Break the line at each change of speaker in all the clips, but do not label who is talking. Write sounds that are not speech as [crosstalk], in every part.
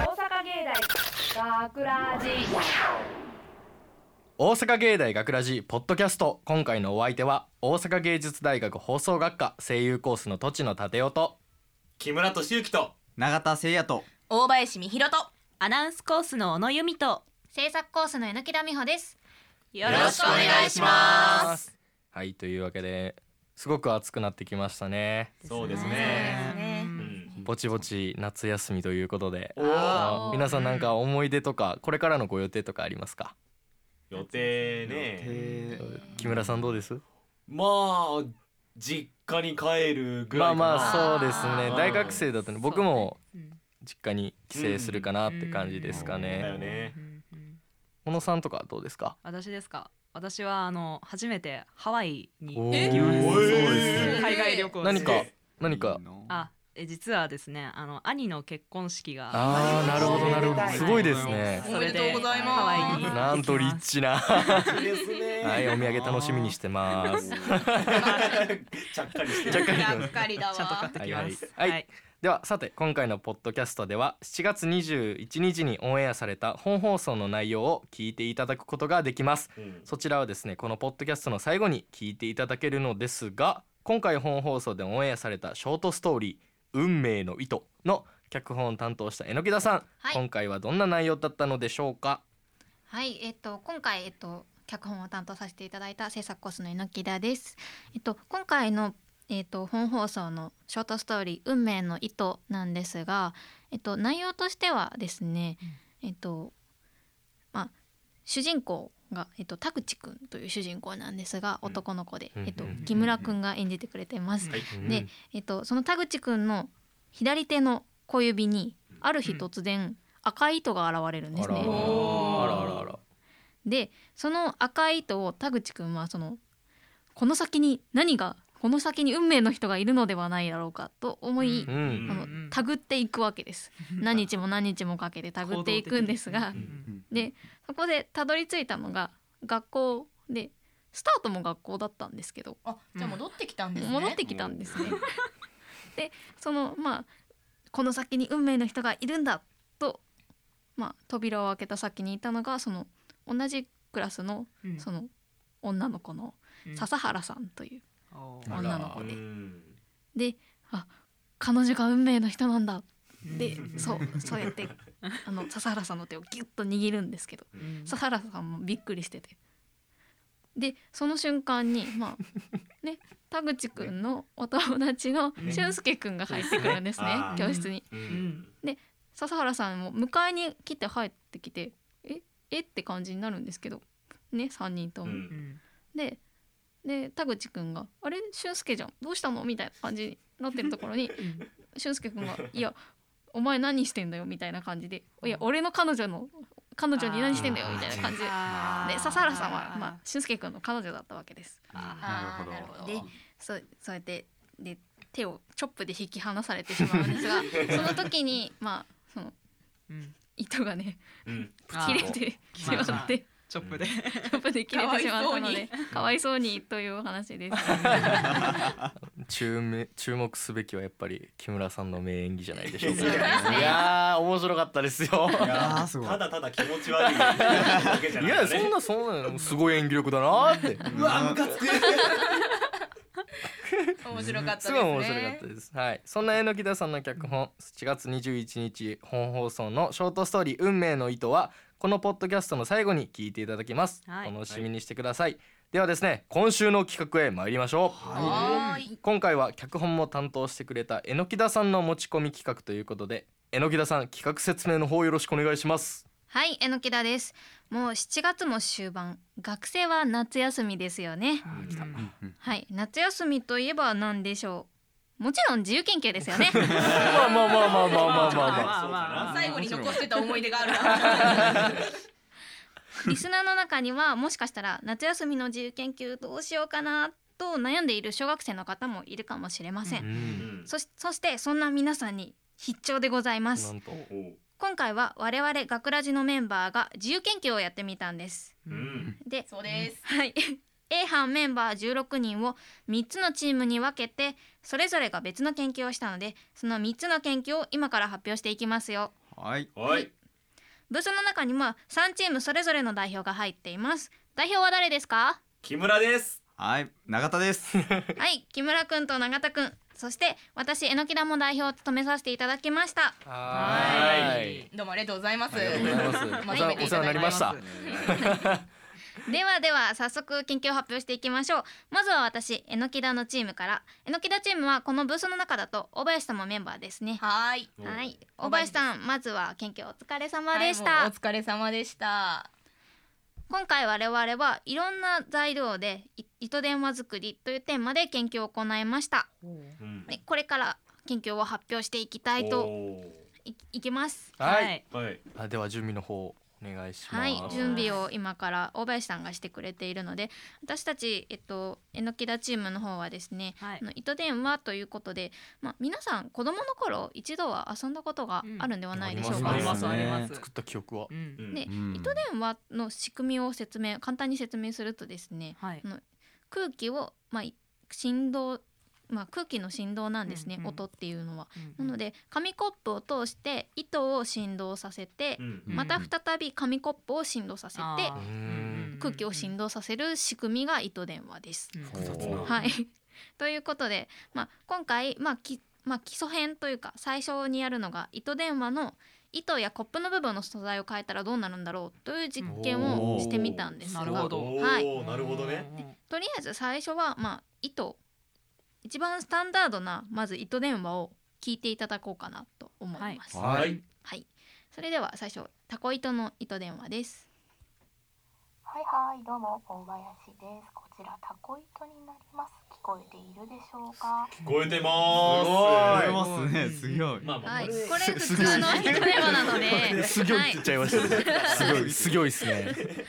大学ラジ
大阪芸大学ラジポッドキャスト今回のお相手は大阪芸術大学放送学科声優コースの土地の立夫と
木村敏之と
永田誠也と
大林美博とアナウンスコースの小野由美と
制作コースの榎田美穂です
よ
ろしくお願いします
はいというわけですごく暑くなってきましたね
そうです
ね
うん
ぼちぼち夏休みということで
おー
あ皆さんなんか思い出とかこれからのご予定とかありますか
予定ね
えー
木村さんどうです
まあ実家に帰るぐ
ま
ら
あ
いかな
まあそうです
あ
ね
ー
大学生だとね僕も
うん
実家に帰省するかなって感じですか
だよ
ね
ね
うんうん
小野さんとかどうですか
私ですか私はあの初めてハワイに
おー
行きまし
ー
お
そうです
た
ね
海外旅行
何
です
か何か
あえ実はですねあの兄の結婚式が
ああなるほどなるほどすごいですね
それ
おめで
で
とうございます
ハワイに行ってき
なんとリッ
ます
チな
いいですね
はいお土産楽しみにしてます
ちゃっかりして
若干
がっかりだ
ちゃんと買
わ
ってきます
はいはいではさて今回のポッドキャストでは7月21日にオンエアされた本放送の内容を聞いていただくことができます
うん
そちらはですねこのポッドキャストの最後に聞いていただけるのですが今回本放送でオンエアされたショートストーリー「運命の糸」の脚本を担当した榎田さん、
はい
今回はどんな内容だったのでしょうか
はいえっと今回えっと脚本を担当させていただいた制作コースの榎田ですえっと今回のえっと本放送のショートストーリー運命の糸なんですがえっと内容としてはですね、えっとまあ主人公がえっと田口くんという主人公なんですが
うん
男の子で、
うん
えっと
うん
木村くんが演じてくれてます
はい
で
うん
えっと、その田口くんの左手の小指にある日突然赤い糸が現れるんですね。
あらあらあら
でその赤い糸を田口くんはそのこの先に何がこの先に運命の人がいるのではないだろうかと思い、
う
うん
あの手繰っていくわけです。何日も何日もかけて手繰っていくんですが
う、ん
でそこでたどり着いたのが学校でスタートも学校だったんですけど
あ、じゃあ戻ってきたんですね。
戻ってきたんですね。 [laughs] でそのまあこの先に運命の人がいるんだと、まあ、扉を開けた先にいたのがその同じクラスの
うん
その女の子の
うん
笹原さんという
おー
女の
う
子で、
ん
であ彼女が運命の人なんだで
うん
そうそうやってあの笹原さんの手をギュッと握るんですけど
うん
笹原さんもびっくりしててでその瞬間にまあね田口くんのお友達の
ね
俊介くんが入ってくるんですね
あー
教室に
う
うんん
笹原さんも迎えに来て入ってきてええって感じになるんですけどね3人と
う
も、
うんん
でで田口くんが「あれ俊介じゃんどうしたの?」みたいな感じになってるとこ [laughs] ろに
うん
俊介くんが「いやお前何してんだよ」みたいな感じで「いや俺の彼女の彼女に何してんだよ」みたいな感じで
あー
で笹原さんは、まあ、俊介君の彼女だったわけです。
あーなるほど。
でそうそうやってで手をチョップで引き離されてしまうん [laughs] ですがその時に、まあ、その
うん
糸がね
うん
あー
切れてしまっ
まあ
て、
まあ
チ
チョップで
ョップで切れてしまったのでか
か
わ
わ
いそうにというお話です。
注目注目すべきはやっぱり木村さんの名演技じゃないでしょうか
そうですね
いやー面白かったですよ
いや
あーすごい
ただただ気持ち悪いだけじゃ
い
な
や
く
そ
て
ん
ね
なそんなすごい演技力だなーって
うわムカつく
面白かったです
す
ね。
ごい面白かったです。はい、そんな榎田さんの脚本、7月21日本放送のショートストーリー運命の糸はこのポッドキャストの最後に聞いていただきます。
はい
楽しみにしてください。ではですね、今週の企画へ参りましょう。
はーい。
今回は脚本も担当してくれた榎田さんの持ち込み企画ということで、榎田さん企画説明の方よろしくお願いします。
はい、えのきだです。もう7月も終盤、学生は夏休みですよね。
うん
はい、夏休みといえば何でしょう。もちろん自由研究ですよね。
まあまあまあまあまあまあまあまあ。
まあ
最後に残してた思い出があるな。
[laughs]
リスナーの中にはもしかしたら夏休みの自由研究どうしようかなと悩んでいる小学生の方もいるかもしれません。
うん、
そしそしてそんな皆さんに必聴でございま
な
す。
んと。
うんおう
今回は我々学ラジのメンバーが自由研究をやってみたんです。
うん
で、
そうです。
はい。A [laughs] 班メンバー16人を3つのチームに分けてそれぞれが別の研究をしたのでその3つの研究を今から発表していきますよ
はい
はい
ブースの中にまあ3チームそれぞれの代表が入っています代表は誰ですか
木村です
はい、永田です。
はい木村くんと永田くんそして私榎木田も代表を務めさせていただきました
は
は
ーい。
どうもありがとうございます
ありがとうございます。お世話お世話になりました。
ではでは早速近況を発表していきましょうまずは私榎木田のチームから榎木田チームはこのブースの中だと大林さんもメンバーですね
はーい
はい大林さんまずは研究お疲れ様で
は
し
いも
た
うお疲れ様でした
今回我々はいろんな材料でい糸電話作りというテーマで研究を行いました
うん
でこれから研究を発表していきたいと
お
いいきます
はい。
ーはい
あでは準備の方お願いします。
はい準備を今から大林さんがしてくれているので私たちえっと榎木田チームの方はですね
はい
あの糸電話ということで、まあ、皆さん子供の頃一度は遊んだことがあるんではないでしょう
うん
か、
あり
ます
あります
作った記憶は
う。ん
うん
ね
うん
糸電話の仕組みを説明簡単に説明するとですね
はい
空気を、まあ、い振動、まあ、空気の振動なんですね、
うんうん
音っていうのは。
うん
なので紙コップを通して糸を振動させて
う、ん
うん
また再び紙コップを振動させて、
あー
うん
空気を振動させる仕組みが糸電話です。
うん
複雑
うん
な。
はい、 [laughs] ということで、まあ、今回、まあきまあ、基礎編というか最初にやるのが糸電話の糸やコップの部分の素材を変えたらどうなるんだろうという実験をしてみたんです
な
が
るほど
おー
はい
なるほどね
とりあえず最初は、まあ、糸一番スタンダードなまず糸電話を聞いていただこうかなと思います。はい、
はい
それでは最初タコ糸の糸電話です。
はいはい、どうも、大林です。こちら、タコ糸になります。聞こえているでしょうか。
聞こえてます
ごい。
ま
ますね、すごい。
あま
は
あ
い、
こ
こ
れ
れ普通の糸電話なので、
[laughs] すごいって言っちゃいましたね。すごいすごいですね。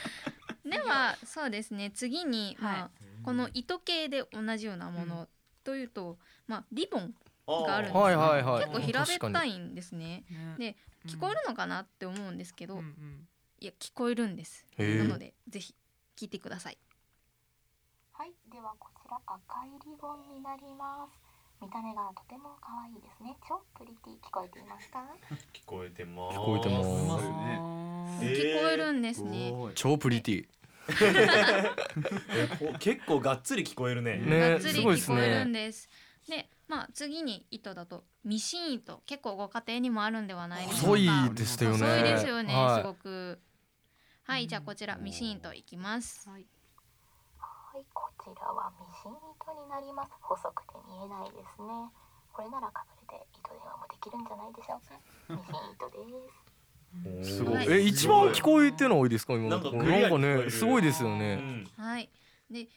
ではそうですね次に、まあ
は
この糸系で同じようなもの、というと、まあ、リボンがあるんです
はい
ね
はいはい。
結構平べ
確
った
かに。
いんですね
ね
で
うん
聞こえるのかなって思うんですけど、
うんうん
いや聞こえるんです
へえ
なのでぜひ聞いてください
はい、では、こちら、赤いリボンになります。見た目がとても可愛いですね。超プリティ、聞こえていますか。
聞こえてます
聞こえてます
うまそう
あー
え
聞こえるんですね、
超プリティ。
えこう結構がっつり聞こえるね
ね
がっつり
すごいです
聞
ね
こえるんですでまあ次に糸だとミシン糸結構ご家庭にもあるんではないでしょうか
細いですよね。
細いですよね、す
は
ごくはいじゃあこちらミシン糸いきます
はい
はい、こちらはミシン糸になります。細くて見えないですね。これなら、隠れて糸電話もできるんじゃないでしょう
[laughs]
か。ミシン糸です。
い。
お
すごい。
はい
え一番聞こえてるの多いですか今のところ。
なんかクリ
な
ア
ん
に
か
聞こえ
ね
る
すごいですよ
う
ね。
ん
はいで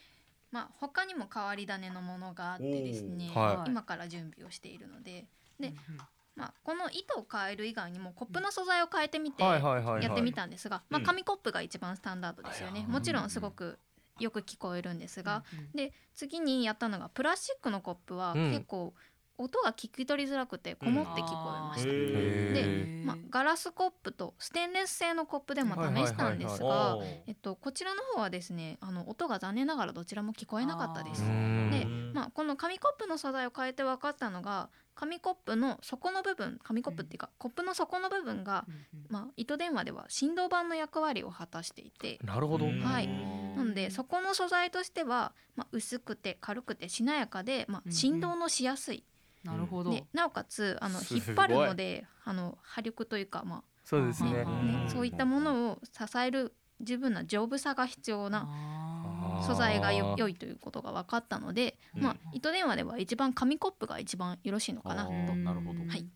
まあ他にも変わり種のものがあってですね、
おーはい
今から準備をしているので、で
うんうん
まあ、この糸を変える以外にもコップの素材を変えてみて
はい
や
はいはいはい。
ってみたんですが、まあ、
うん
紙コップが一番スタンダードですよ
はい
ね
は。い
もちろんすごくよく聞こえるんですが、
うんうん
で次にやったのがプラスチックのコップは
うん
結構音が聞き取りづらくてこもって聞こえました。
へ
で
へ
まあ、ガラスコップとステンレス製のコップでも試したんです
ー
が、
おー
えっと、こちらの方はですねあの音が残念ながらどちらも聞こえなかったで
ー
す
う。ん
で
うん
まあ、この紙コップの素材を変えて分かったのが紙コップの底の部分紙コップっていうか、コップの底の部分が、
うんうん
まあ、糸電話では振動板の役割を果たしていて
なるほど。
うん
はい
うん
なのでそこの素材としては、まあ、薄くて軽くてしなやかで、ま
う
あ、
ん
振動のしやすい、
なるほど
でなおかつあの
すごい
引っ張るのであの破力というか、ま
そうですね
う
あ
ん。
ね
うん
そういったものを支える十分な丈夫さが必要な
あー
素材が
あ
よ
ー
良いということが分かったので、
うん
まあ、糸電話では一番紙コップが一番よろしいのかなと
あーなるほど
はい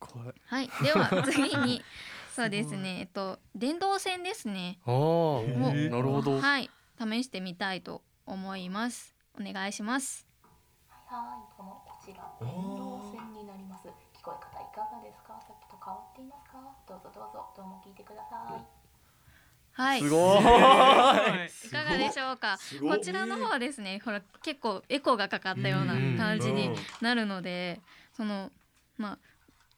これ
はい、では次に [laughs] そうですね、えっと電動線ですね。
ああ
も
なるほど。
はい、試してみたいと思います。お願いします。
はい、どうも、こちら、電動線になります。聞こえ方いかがですか。さっきと変わっていますか。どうぞ、どうぞ、どうも聞いてください。
はい、
す
い
ごい。
はい
かがでしょうか。
すご
こ
い
ちらの方はですね、ほら結構エコーがかかったような感じになるので、そのまあ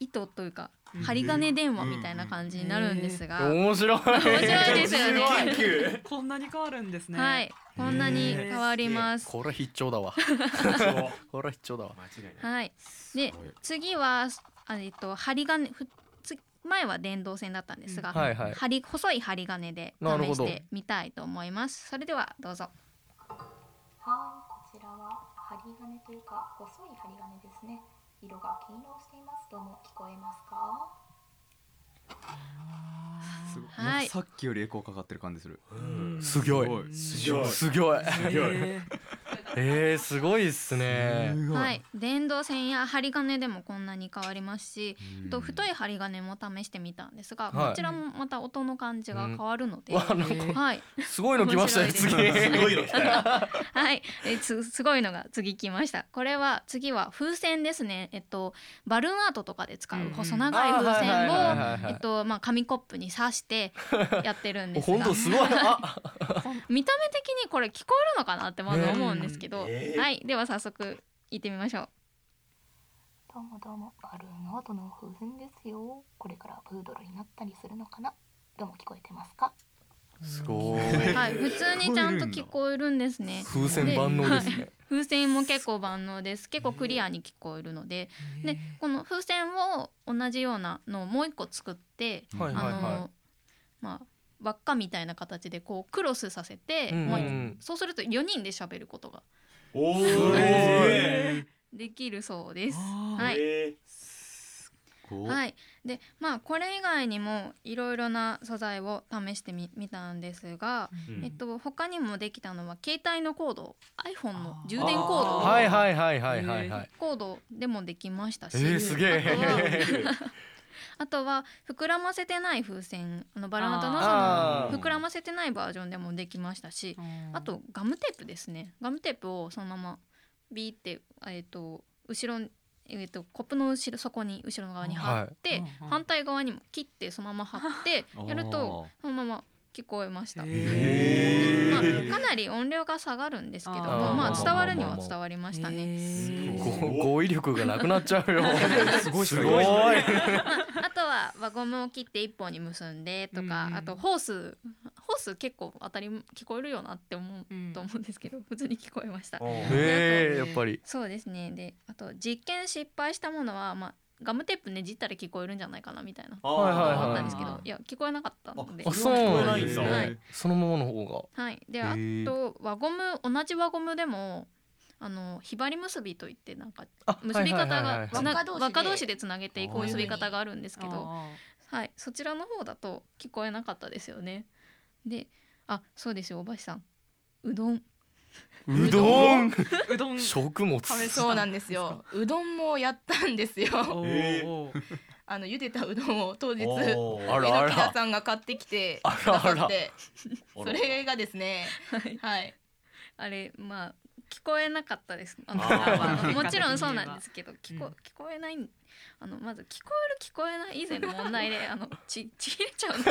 糸というか針金電話みたいな感じになるんですが、
面白い。面
面白いですよね。
ね
こんなに変わるんですね
はい、こんなに変わりま
[laughs]
す。
これ必聴 [laughs] だわ。これ必聴だわ。
間違いない
はい。で次はあえっと針金ふつ前は電動線だったんですが、
はいはい
針細い針金で
なるほ
試
ど
してみたいと思いますそれではどうぞ
はい、こちらは針金というか細い針金ですね。色が金色をしています。どうも聞こえますか？
すごい
はい
なんかさっきよりエコーかかってる感じする
すごい
すごい
すごい
え
えー、すごいっすね
すごい
はい電動線や針金でもこんなに変わりますしあと太い針金も試してみたんですが、
はい
こちらもまた音の感じが変わるので、
わなんか
はい
すごいの来ましたよ
面
次
白いです
すごいの
[laughs]
来たよ
はい、えつすごいのが次来ました。これは次は風船ですね。えっとバルーンアートとかで使う
うんうん
細長い
あー
風
はいはいはい
船を
はいはい
えっとまあ紙コップに
[laughs]
刺してやってるんです
本
が
当、すごいあ
見た目的にこれ聞こえるのかなってまず思うんですけど、
ねえ
はい、では早速行ってみましょう。
どうもどうも、バルーンアートの風船ですよ。これからプードルになったりするのかな。どうも聞こえてますか？
すごい
はい、普通にちゃんと聞こえるんですね。
風船万能ですね
風船も結構万能です。結構クリアに聞こえるので、でこの風船を同じようなのをもう一個作って。
はいはい
あの、
は
まあ輪っかみたいな形でこうクロスさせて、
うんうん
もう一そうすると4人で喋ることが
おお
い
できるそうです。
あ
はい、
い
ーこう
はい、でまあこれ以外にもいろいろな素材を試してみ見たんですが、
うん
えっと、他にもできたのは携帯のコード iPhone の充電コード
あー
はいはいはいはいはいはい
コードでもできましたし、
えー、すげえ
あとは膨らませてない風船あのバラマタの
あー
その膨らませてないバージョンでもできましたし、あとガムテープですね。ガムテープをそのままビーってえっ、と後ろにえっ、とコップの後ろそこに後ろ側に貼って、
はい
反対側にも切ってそのまま貼って [laughs] やるとそのまま聞こえました。
え
まあ
ー
かなり音量が下がるんですけども、
あー
まあ伝わるには伝わりましたね。
ね
ご語彙力がなくなっちゃうよ
すご
[laughs]
い
すごい
あとは輪ゴムを切って一本に結んでとか、
うん
あとホースホース結構当たり聞こえるよなって思う
うん
と思うんですけど、普通に聞こえました。
えー、やっぱり
そうですねであと実験失敗したものは、まあ、ガムテープねじったら聞こえるんじゃないかなみたいな
はいはいはい
思ったんですけど
あー
いや聞こえなかったので
あそうなん
で
ですす
は
ね
い
そのままの方
はいで
へ
あ
ー
と輪ゴム同じ輪ゴムでもあのひばり結びといってなんか
があ
結び方
はいはいはいは
がつ
い
な
輪っか同士で
輪っか同士でつなげていく
あー
結び方があるんですけど、
あ
はい、そちらの方だと聞こえなかったですよねであそうですよおばしさんうどん
うどん
ーうどん
食物
食べ
そうなんですよ。うどんもやったんですよ。 [laughs]
おー
え
あの茹でたうどんを当日。
あ
あ
らあ
えのきだ
ら
さんが買ってきて
あ
くだ
らあ
さ
ら
って
あら
それがですね
はい
はい
あれまあ聞こえなかったです。あ
あ
の
ー
もちろんそうなんですけど聞こ
うん
聞こえないあのまず聞こえる聞こえない以前の問題であのち [laughs] ちぎれちゃうの
[laughs]
で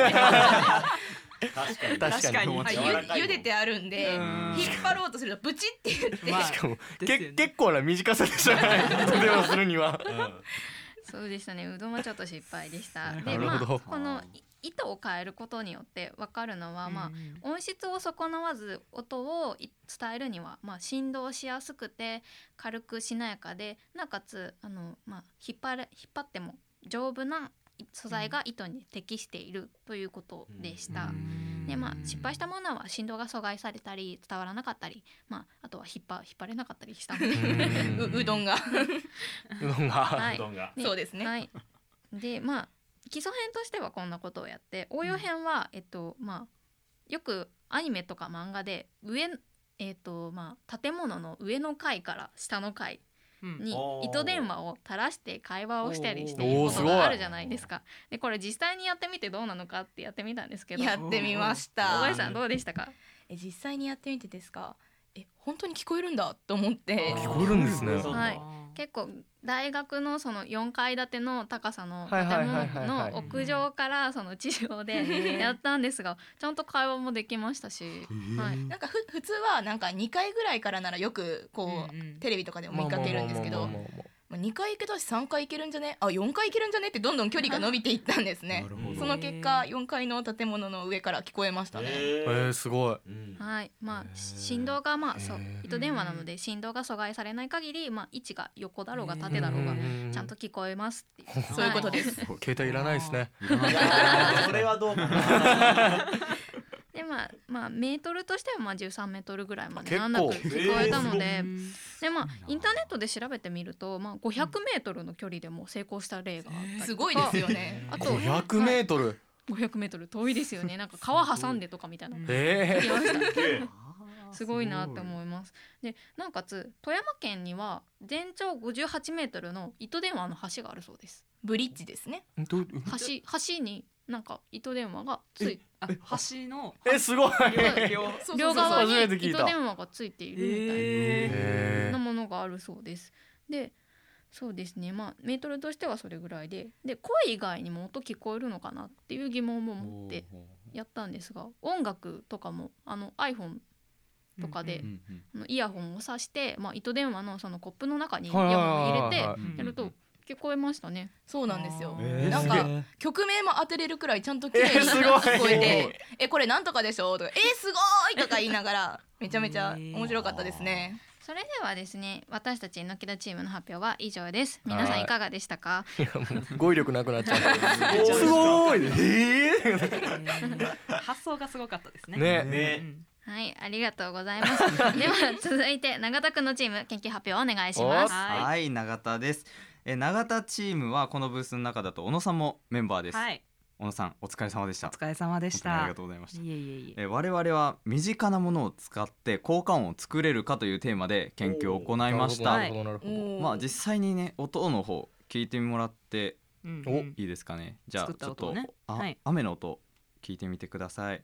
確かに
確かに
確
はい
か
ゆ
に
茹でてあるんで
う
引っ
ん
張ろうとするとブチって言って
まあ
しかも
ですよね
け結構な短さでしたねとてもするには
そうでしたねうどんはちょっと失敗でした。
なるほ
で
ど
ま
なるほ
あ
ど
このい糸を変えることによって分かるのは、まあ、
あ
音質を損なわず音をい伝えるには、まあ、振動しやすくて軽くしなやかでなおかつあの、まあ、引っ張れ引っ張っても丈夫な素材が糸に適しているということでした。でまあ、失敗したものは振動が阻害されたり伝わらなかったり、まあ、あとは引っ張引っ張れなかったりしたので、
うん
ううどんが
うどんが
はいう
どんが
ね
そうですね
はい、でまあ基礎編としてはこんなことをやって応用編は、えっとまあ、よくアニメとか漫画で上、えっとまあ、建物の上の階から下の階に
うん
糸電話を垂らして会話をしたりして
おー
いる
お
こ
ーす
と
ごい
があるじゃないですか。でこれ実際にやってみてどうなのかってやってみたんですけど
やってみまし
小
た
林さんどうでしたか
え実際にやってみてですかえ本当に聞こえるんだと思って
聞こえるんですね
はい結構大学のその4階建ての高さの
はいはい
建
はいはい
物
はい
の屋上からその地上でやったんですがちゃんと会話もできましたし、はい、
なんかふ普通はなんか2回ぐらいからならよくこう、
うんうん
テレビとかでも見かけるんですけ
ま
ど
あまあまあまあまあ
まあ、2回行けたし3回行けるんじゃねあ4回行けるんじゃねってどんどん距離が伸びていったんですね
なるほ
そ
ど。
の結果4階の建物の上から聞こえましたね、
えー、すごい。
うん
はい、
へ
まあ
ー
振動がまあそう
へー
糸電話なので振動が阻害されない限りまあ位置が横だろうが縦だろうが
ん
ちゃんと聞こえますっていう。
そういうことです
携帯いらないですね。
いやーそれはどうかな
でまあまあメートルとしてはまあ13メートルぐらいまで
結構
なんだか聞こえたので、
え
でま
すご
あ
いな
インターネットで調べてみるとまあ500メートルの距離でも成功した例があったりとか
すごいですよね
[laughs] あと
500メートル。
500メートル遠いですよねなんか川挟んでとかみたいな
ええ
聞きまし
[laughs]
た
あー
すごいなって
す
思います。で、なおかつ富山県には全長58メートルの糸電話の橋があるそうです。
ブリッジですね
ー。どう
橋橋になんか糸電話がつい
あ橋の
えすごい。
そうそ
両
うそう
側
初
に
めて聞いた
糸電話がついているみたい
え
え
な
ー
ものがあるそうです。で、そうですね。まあメートルとしてはそれぐらいで、で声以外にも音聞こえるのかなっていう疑問も
ごい
持って
おー
やったんですが、音楽とかもあの iPhone とかで
うんうん
あのイヤホンを挿して、まあ糸電話のそのコップの中にイヤホ
はい
ン
はい
を
はい
入れて。
はい
やると聞こえましたね。
そうなんですよ
あ
えー
なん
す
か
げ
曲名も当てれるくらいちゃんと綺麗に
えすごい
聞こえて「えこれなんとかでしょ?」とか「えすごい!」とか言いながらめちゃめちゃ面白かったですね。
それではですね、私たちのきだチームの発表は以上です。皆さ
は
ん
い
いかがでしたか？
いやもう語彙力なくなっちゃ
[laughs]
う。
どう
すごい。ええ
発想がすごかったですね。
ね
う
ね
ん
はい、ありがとうござい
[laughs]
ます。では続いて長田くんのチーム研究発表をお願いします。
はい
はい、永田です。え、永田チームはこのブースの中だと小野さんもメンバーです。
はい、
小野さん、お疲れ様でし
お
た。
疲れ様で
本
し
当に
た。
ありがとうございました。
いえいえいえ。
えー我々は身近なものを使って効果音を作れるかというテーマで研究を行いまし
お
た
ー
なるほどなるほど。
おー
まあ実際にね音の方聞いてもらって
うん
お
うん
いいですかねじゃあ
作っ
ち
た
ょっと、
音ね
あ
はい
雨の音聞いてみてください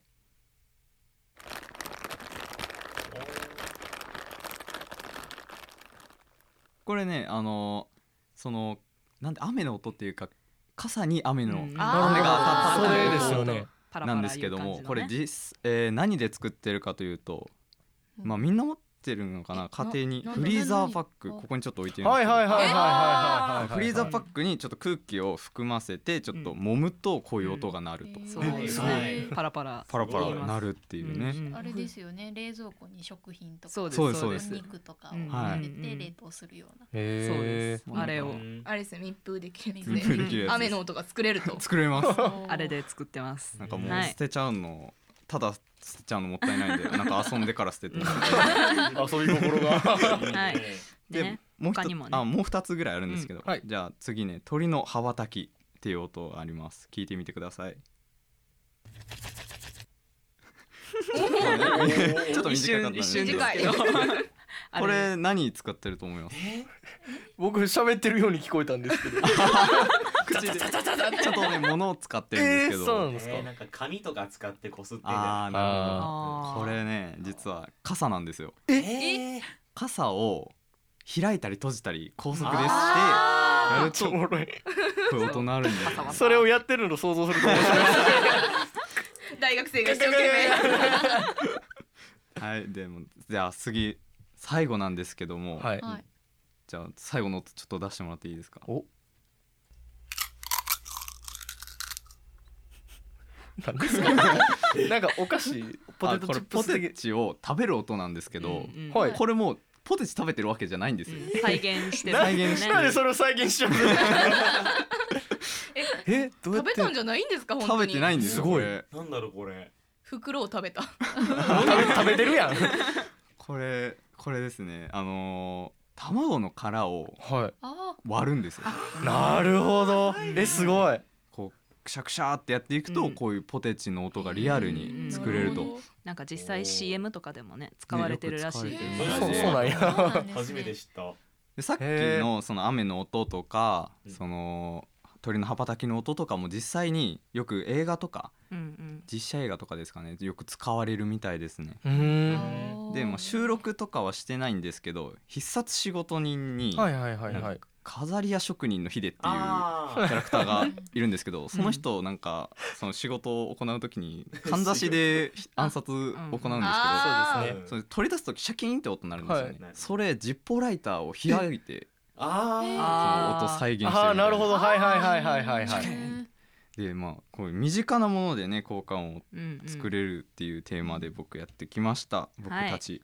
これねあのそのなんで雨の音っていうか傘に雨の、
うん
雨が当たった
それ
時の
です
音
よね。
パラパラ
ない
うん
で
感じ
す
の
けども、これ
ね
実、えー何で作ってるかというと、まあみんな持ってるのかな
え
家庭に
な
フリーザーパック
なな
ここにちょっと置いてるん
は
ですけ
い
ど
はいはいはいはいはいはい。
フリーザーパックにちょっと空気を含ませてちょっと揉むとこういう音が鳴ると、
そうですね。パラパラ。
パラパラ鳴るっていうね、
うんうん
あれですよね、冷蔵庫に食品とか
そうです
そうですそ
そう
う
で
ですす。
肉とかを
うん
入れ
は
て
い
冷凍するよう
[laughs]
な。
そうで
え
す。あれを
あれですね密封できるやつ
密封できる
で
やつ
[laughs] 雨の音が作れる
[laughs]
と
作れます
あれで作ってます。
なんかもう
はい
捨てちゃうの、ただ捨てちゃうのもったいないんでなんか遊んでから捨ててる
ー、遊び心が。
はい。
で
でね、
もう一
他
つ
にもね
あもう二つぐらいあるんですけど、
うんはい
じゃあ次ね鳥の羽ばたきっていう音があります聞いてみてくださいちょっと
一
短かったん
瞬
で
一
すけど
瞬です
[laughs]
けど。あ
これ何に使ってると思います
僕喋ってるように聞こえたんですけど。
[laughs] 口でちょっとね物を使ってるんで
え
すけ
ー、
ど、
そうなんですか
[laughs] え。ーなんか紙とか使ってこすってんじ
あ
ゃ
あ
ー
なるほど
あー
これね実は傘なんですよ
ないえー
傘を開いたり閉じたり高速でして
あ
や
め
る
っちゃ
と
おもろい。
こういう音なるんだ
傘は
それをやってるの想像すると面白い。
大学生が一生懸命
はいでもじゃあ次最後なんですけども、
はい。
はい。
じゃあ最後の音ちょっと出してもらっていいですか
お。なんですか。なんかお菓子ポテ
あ
ト
こ
チッ
れ
プ
ポ
ス
テ
的。
チを食べる音なんですけど、
うんうん
はい
これもうポテチ食べてるわけじゃないんですよ、
うん再現して
な
ます
再現してる
なんでそれを再現しようと。え、どうや
食
っ
べ
て
たんじゃないんですか本
食
当
べ
に
てないんですよ
すごい
これ
なんだろうこれ
袋を食べた
食べ食べてるやん。
これこれですねあのー卵の殻を
は
あ
割るんですよ
い。なるほど。え、すごい。
こうクシャクシャってやっていくと、
うん
こういうポテチの音がリアルに
あ、
作れると、
なほど
なんか実際 CM とかでもね使われてるらしい
ねよ
で
く
す
使われてる
そ
み
う
たい
そうなんや。
で
あ。そうなんですね
初めて。知った
でさっき
へー
のその雨の音とか、
うん
その鳥の羽ばたきの音とかも実際によく映画とか
うんうん
実写映画とかですかねよく使われるみたいですね。
うーん。
で、まあ、収録とかはしてないんですけど必殺仕事人に
はいはいはいはい。
飾り屋職人のヒデっていうキ
ー
ャラクターがいるんですけどその人なんかその仕事を行う時にかんざしで暗殺を行うんですけど。
あー
そうですね
それ取り出す時シャキーンって音になるんですよね、
はい
それジッポーライターを開いて
あ
あー
その音再現してるみたい
ああなるほどはいはいはいはいはいは
う
い
ん
でまあこういう身近なものでね効果音を
うん
作れるっていうテーマで僕やってきました、僕たち、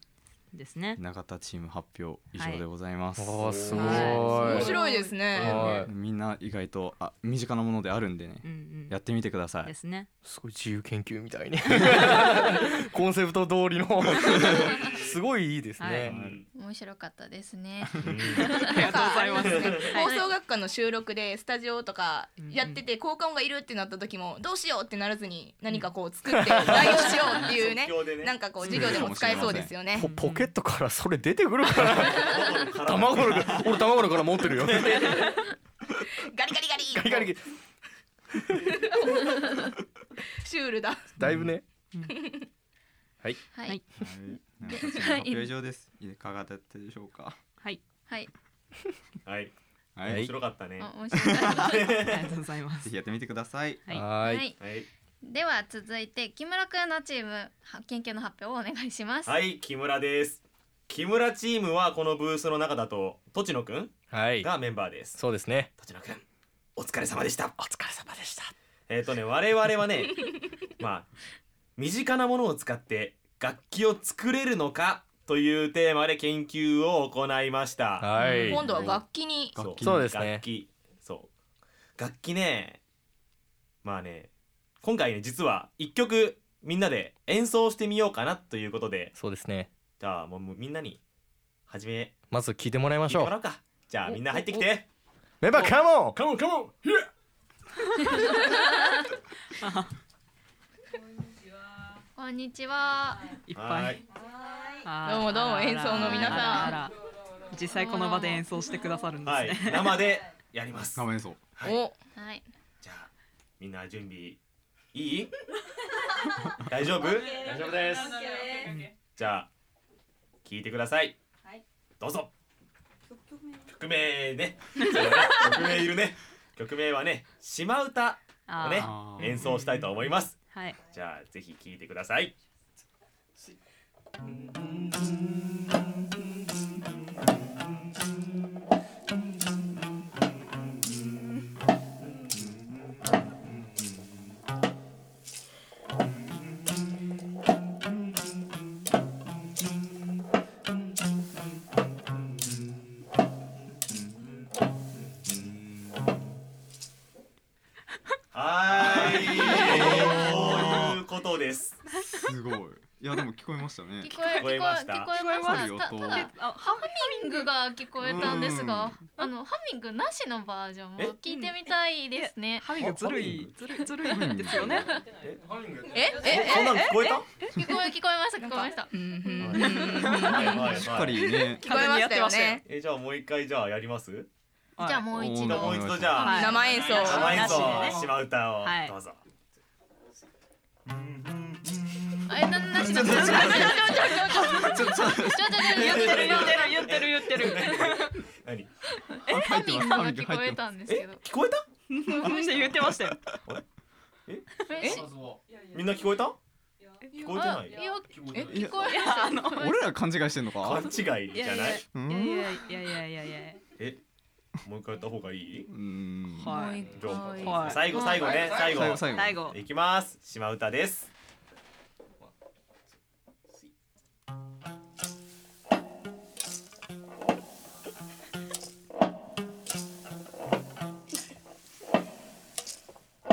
ですね。
永田チーム発表以上でございます、
おーすご
はい
面
い
白いですね。
はい
みんな意外とあ身近なものであるんでね、
うんうん。
やってみてください
ですね。
すごい自由研究みた
[laughs]
いにコンセプト通りのすごいいいですね、
[laughs] 面白かったです
[laughs]
ね。
ありがとうござい [laughs] ます。
[laughs] 放送学科の収録でスタジオとか
うんうん
やってて効果音がいるってなった時もどうしようってならずに何かこう作って代用しようっていうね
即興でね
なんかこう授業でも使えそうですよね
ポポケットからそれ出てくるから
[laughs] あ
卵の俺卵のから持ってるよ
ガリガリガリ
ガリガリ
シュールだ
だいぶね
はい、
は
はいい、
はい永田チーム発表以上ですいかがだったでしょうか
はい。
はい
はい、
はい
ぜ
面白かったね
あ面白かっ
ありがとうございます
ひ。やってみてください
はい
た。
は
は
ーい
い、
はい
では続いて木村くんのチームは研究の発表をお願いします。、
はいい木村です木村チームはこのブースの中だととちのくん
はい
がメンバーです
そうですね
とちのくんお疲れ様でした
お疲れ様でした
えっ、とね我々はね [laughs] まあ身近なものを使って楽器を作れるのかというテーマで研究を行いました
はい
今度は楽器に
楽器
そうですね
楽器そう楽器ねまあね今回ね実は一曲みんなで演奏してみようかなということで
そうですね
じゃあもうみんなに始め
まず聞いてもらいま
聞い
してょ
も
う
らおうかじゃあみんな入ってきて
メンバーカモン
カモンカモン
こんにちは。
いっ
は
ぱ
ー
い
い。
あー
どうもどうも
あら
演奏の皆さん
あらあら実際この場で演奏してくださるんで
はい
すね。
生でやります
生演奏
お
はい、
じゃあみんな準備いい [laughs] 大丈夫大丈夫ですじゃあ聞いてください、どうぞ曲名ねそうだね曲名いるね曲名はね島唄をね
あ
あー
演奏したいと思います
ーはい。
じゃあぜひ聞いてくださいはーいこういうことです
すごいいやでも聞こえましたね
聞こえ
聞こえました
聞こえま
聞こえる
し
よ
た。た
と
ただ
あ
ハミングが聞こえたんです
うん
が、あのハミングなしのバージョンも
え
聞いてみたいですね。
ハミングずるいずるいずる [laughs] いですよね。
えええ
そんなの聞こえた
聞こえ聞こえました聞こえました。
うんうん
はいはいはいはい
しっかりね
聞こえましたよね
えじゃあもう一回じゃあやります
じゃあもう一
じゃ
は
あ
度。
もう一度じゃあ、
はい
生演奏
生演奏
なしでね
島唄を
はい
どうぞ、
あれななしのちょちょちょちょちょ
言ってる
ち
言
ょ
ってる言ってる言ってる。
何
ハ
入って
ミ
ま
ン
す
グ
ハミ
が
ング入ってま
聞こえ
す
たんですけ
え
ど。
聞こえた
あの人言ってましたよ。
え
みんな聞こえた聞こえてない
いや
え
いや
聞こえました。あの
俺ら勘違いしてんの
勘
か
違いじゃない
いやいや
うん
いやいやいやいやいやいや。
えもう一回やった方がいい
うん
はい。
じゃあ
はい
はい
最後最後ね最後
最後最後
最後。
いきます島唄です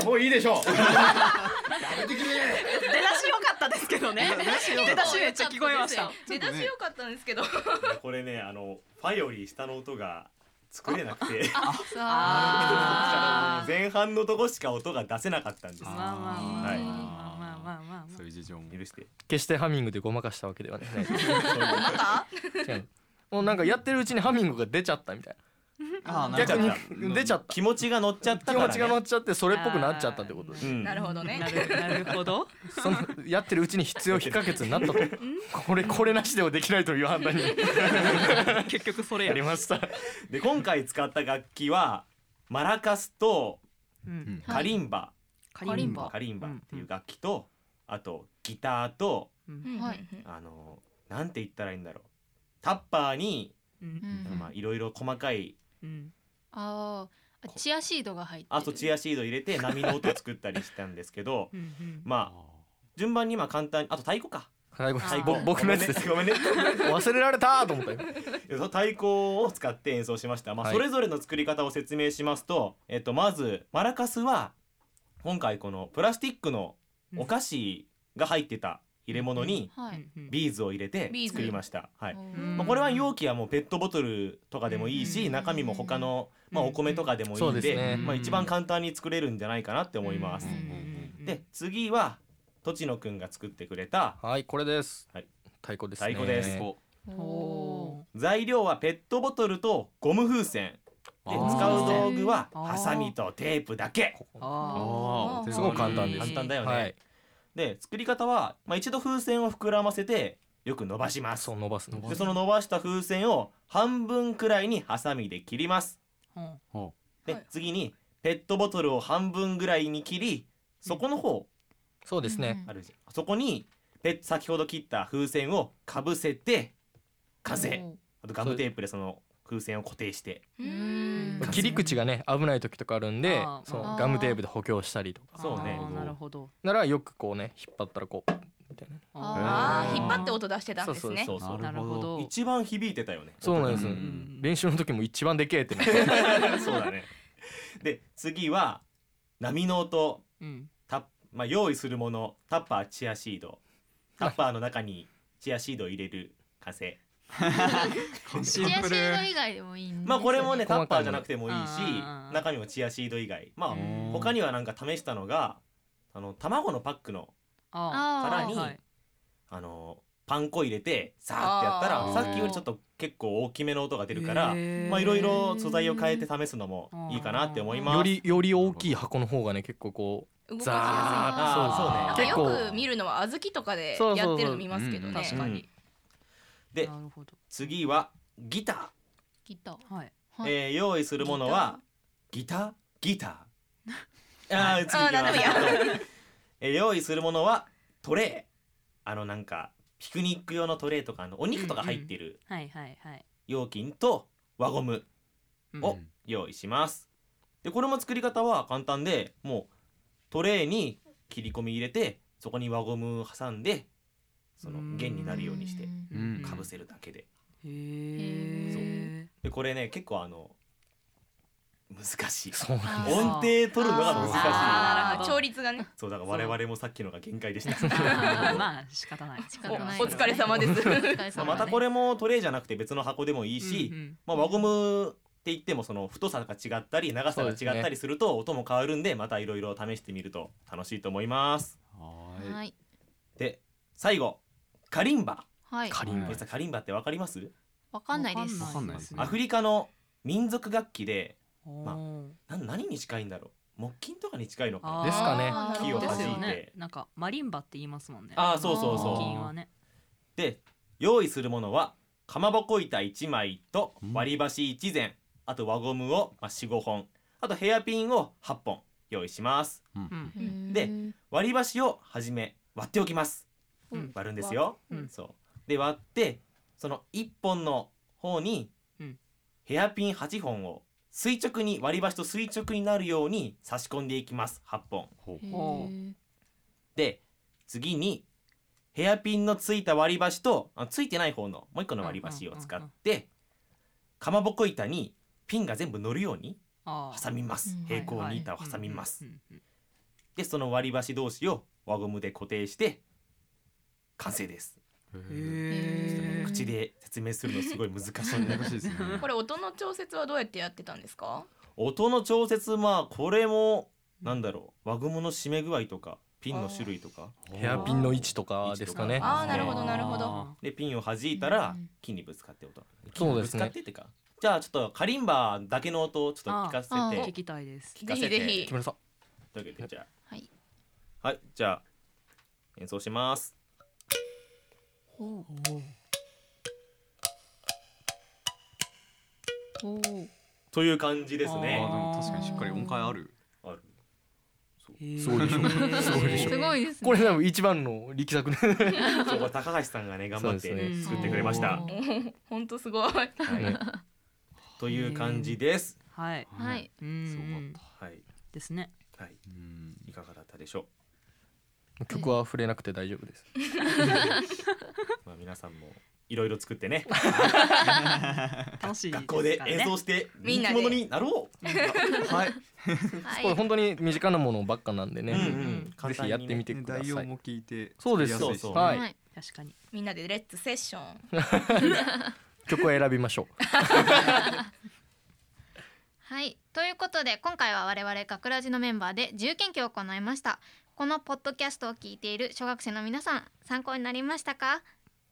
もういいでしょう
出だし良かったですけどね。出だしめっちゃ聞こえました。
出だし良かったんですけど
これねあのファより下の音が作れなくて
さあ
[laughs]
あ
前半のとこしか音が出せなかったんです
ーまあまあまあまあ
はい
まあまあまあま
そういう事情も
許して
決してハミングでごまかしたわけではない
また
違うもうなんかやってるうちにハミングが出ちゃったみたい
あ
な
出ちゃ
逆
った
に出ちゃった
気持ちが乗っちゃった
気
から、
持
ね、
ちが乗っちゃってそれっぽくなっちゃったってことです
うん
なるほどね
あ。なるなるほど。
そのやってるうちに必要不可欠になったとこれこれなしではできないという判断に
結局それ
や
や
[laughs] り。ました
で今回使った楽器はマラカスと
うん
カリンバ、
カ
リンバ
カリンバっていう楽器と、あとギターと
うん
はい
あのなんて言ったらいいんだろうタッパーに、
うん
まあいろいろ細かい
うん
あーあチアシードが入ってる
あとチアシード入れて波の音作ったりしたんですけど
うんうん
あ
まあ順番にまあ簡単にあと太鼓か
最後
あー
ぼ僕のやつです
ごめんねごめんね [laughs]
忘れられたーと思ったよ
太鼓を使って演奏しました、まあ、
はい
それぞれの作り方を説明しますと、えっと、まずマラカスは今回このプラスチックのお菓子が入ってた入れ物に
は
う
い、
ん
ビーズを入れて
ビーズ
作りました、はい
おー
うん
まあ、これは容器はもうペットボトルとかでもいいし、
うん
中身も他の、まあ、
う
お
ん
米とかでもいい
そうんです
で、
ね
まあ、一番簡単に作れるんじゃないかなって思います。
うんうん
で次は栃野くんが作ってくれた
はいこれです、
はい
太鼓ですね
太鼓です
こ
うんおー
材料はペットボトルとゴム風船で
あー
使う道具は
あー
ハサミとテープだけ
こ
あ
ー
すごく簡単です
簡単だよね、
はい
で作り方は、まあ、一度風船を膨らませてよく伸ばします
そう伸ばすの
でその伸ばした風船を半分くらいにハサミで切ります
うん
で、
はい
次にペットボトルを半分ぐらいに切りそこの方
そうですね、
あるじゃんそこにペ先ほど切った風船をかぶせて完成あとガムテープでその風船を固定して
うん
うん
切り口がね危ない時とかあるんで
あー
そう
あー
ガムテープで補強したりとか
そうね
あーなるほど
ならよくこうね引っ張ったらこうみたいな
あ
へ
あ
ー
引っ張って音出してたん
そう
です
そう
ね
そうそう
なるほど
一番響いてたよね
そうなんです、
音
ん
練習の時も一番でけえってなって
がそうだねで次は波の音
うん
た、まあ、用意するものタッパーチアシードタッパーの中にチアシードを入れる完成
チアシード以外でもいいんですよね
まあこれもねタッパーじゃなくてもいい
細
し
かいね
中身もチアシード以外まあ
うん
他にはなんか試したのがあの卵のパックの
あ
あー
殻
ー
に
はい
あのパン粉入れてさーってやった
あ
ら
ー
さっきよりちょっと結構大きめの音が出るから
へー
まあいろいろ素材を変えて試すのもいいかなって思い [laughs] ます。
よりより大きい箱の方がね結構こ
動
う
かし
ザ
ー
や
ッと
すい
あー
なんか
そうね
よく見るのは小豆とかでやってるの見ますけどね
そうそうそうううんん
うん
で
なるほど
次はギタ
きっと
はい
ー、
はい
えー用意するものはギターギターあー次行き
あーなんでもいい
ま
や
す [laughs] えー用意するものはトレイあのなんかピクニック用のトレイとかあのお肉とか入ってる
はいはいはい
容器と輪ゴム
うん
を用意しますでこれも作り方は簡単でもうトレイに切り込み入れてそこに輪ゴム挟んでその弦になるようにして
ん
うん
かぶせるだけで
へー
そうでこれね結構あの
[laughs]
難しい
そうなん
あー
音程取るのが難し
あーなるほ
あー
ど
調律がね
いそうだから我々もさっきのが限界でした
あーまあ仕方ない
仕方ない
お疲れ様です
まあまたこれもトレイじゃなくて別の箱でもいいし、
うんうん
まあ、輪ゴムって言ってもその太さが違ったり長さが違ったりすると音も変わるんでまたいろいろ試してみると楽しいと思います
は
はい
で最後カリンバ、
はい
カリ
ン
ン
バ
バ
皆さんカリンバってわかります
わかんないです
わかんないですね
アフリカの民族楽器で
お
まあな
ー
何に近いんだろう木琴とかに近いのかな
あー
ですかね
あー
木を弾い
です
て
よねなんかマリンバって言いますもんね
ああそうそうそう
木琴はね
で用意するものはかまぼこ板1枚と割り箸1膳、あと輪ゴムをまあ45本あとヘアピンを8本用意します
うん
うん
で割り箸をはじめ割っておきます、
うん
割るんですよ、
うん
そうで割ってその1本の方に
うん
ヘアピン8本を垂直に割り箸と垂直になるように差し込んでいきます8本
へー
ほ
で次にヘアピンのついた割り箸とあついてない方のもう一個の割り箸を使ってかまぼこ板にピンが全部乗るように
あー
挟みます
うん
平
はい
行
はい
に板を挟みます
うんうん
でその割り箸同士を輪ゴムで固定して完成です
へー
口で説明するのすごい難しいんだけど
難しいですね
これ音の調節はどうやってやってたんですか
[laughs] 音の調節まあこれもなんだろう輪ゴムの締め具合とかピンの種類とか
ヘアピンの位置とかですかね
ああなるほどなるほど
でピンを弾いたら
うん
木にぶつかって音が木
そ
に
うで
ぶつ
す
か
ね
ってってかじゃあちょっとカリンバだけの音をちょっと聞かせ
あー
聞
て
きたいです
聞かせて
ぜひぜ
木村さん
というわけでじゃあ
はい
はいじゃあ演奏します
おー
という感じです
あー
ね
でも確かにしっかり音階ある
ある
す
ごいでしょ
す
ごいでしょ
すごいですね
これ多分一番の力作ね
そうこれ高橋さんがね頑張っ
そう
て
です
ね
作ってくれました
おー
ひほんとすごい
はいという感じです。
はい。
はい。
す
うん
ごかっ
はい、
です
[laughs]
ね。
はい、
たうん
いかがだったでしょ
曲は触れなくて大丈夫です。
う。まあ皆さんもいろいろ作ってね、
楽しいすから
学
ね。
校で演奏して人気者になろう。
はい、
は
これ本当に身近なものばっかなんでね、
うん
うん
ぜひやってみてくだ
代
さ
用
い。
も聞いて
そうです
作りやいし
そうそう
はい、
はい。
確かに。
みんなでレッツセッション
曲を選びましょう。
はい、ということで今回は我々学ラジのメンバーで自由研究を行いましたこのポッドキャストを聞いている小学生の皆さん参考になりましたか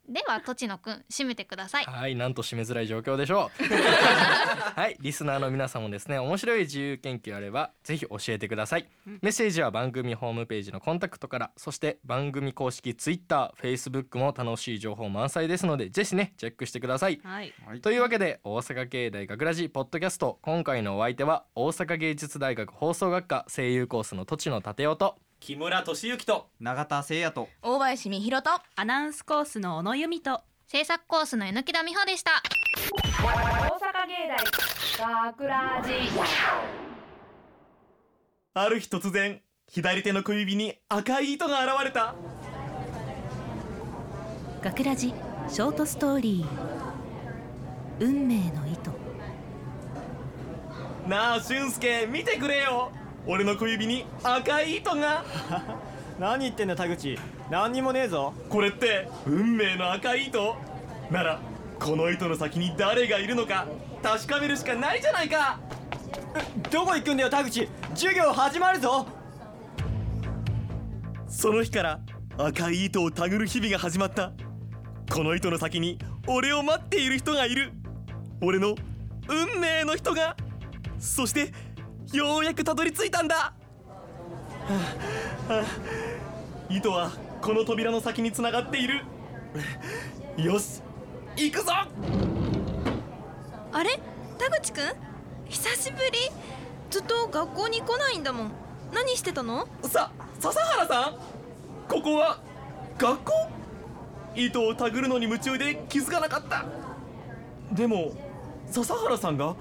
ではとちのくん締めてください
はい、なんと締めづらい状況でしょう。はい、リスナーの皆さんもですね、面白い自由研究あればぜひ教えてください。メッセージは番組ホームページのコンタクトから、そして番組公式 Twitter、Facebook も楽しい情報満載ですので、ぜひねチェックしてください。
はい。
はい
というわけで大阪芸大学ラジポッドキャスト今回のお相手は大阪芸術大学放送学科声優コースの栃野立夫と
木村敏行と
永田誠也と
大林美弘と
アナウンスコースの小野由美と。
制作コースの榎田美穂でした
大阪芸大学ラジ
ある日突然左手の小指に赤い糸が現れた
学ラジショートストーリー運命の糸
なあ俊介見てくれよ俺の小指に赤い糸が
[laughs] 何言ってんだ田口何にもねえぞ
これって運命の赤い糸ならこの糸の先に誰がいるのか確かめるしかないじゃないか
どこ行くんだよ田口授業始まるぞ
その日から赤い糸をたぐる日々が始まったこの糸の先に俺を待っている人がいる俺の運命の人がそしてようやくたどり着いたんだ、はあはあ糸はこの扉の先につながっているよし行くぞ
あれ田口くん久しぶりずっと学校に来ないんだもん何してたの
さ笹原さんここは学校糸をたぐるのに夢中で気づかなかったでも笹原さんが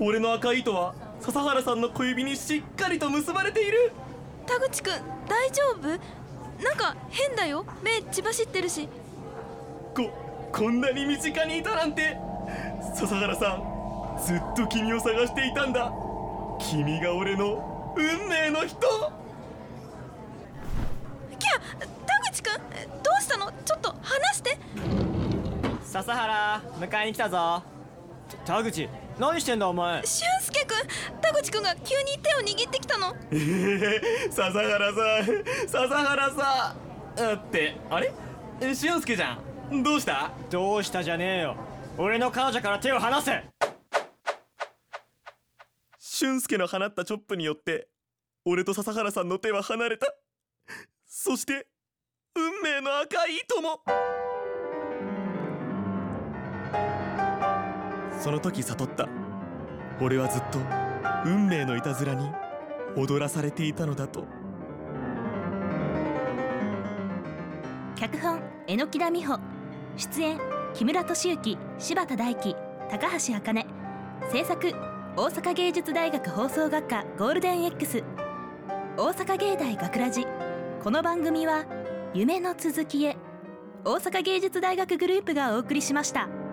俺の赤い糸は笹原さんの小指にしっかりと結ばれている
田口くん大丈夫なんか変だよ目血走ってるし
ここんなに身近にいたなんて笹原さんずっと君を探していたんだ君が俺の運命の人
きゃ田口くんえどうしたのちょっと話して
笹原迎えに来たぞちょ田口何してんだお前
俊介くん田口くんが急に手を握ってきたの
え [laughs] え笹原さん笹原さんあってあれえ俊介じゃんどうした
どうしたじゃねえよ俺の彼女から手を離せ
俊介の放ったチョップによって俺と笹原さんの手は離れたそして運命の赤い糸もその時悟った俺はずっと運命のいたずらに踊らされていたのだと
脚本榎田美穂出演木村敏行柴田大樹高橋茜制作大阪芸術大学放送学科ゴールデン X 大阪芸大学ラジこの番組は夢の続きへ大阪芸術大学グループがお送りしました。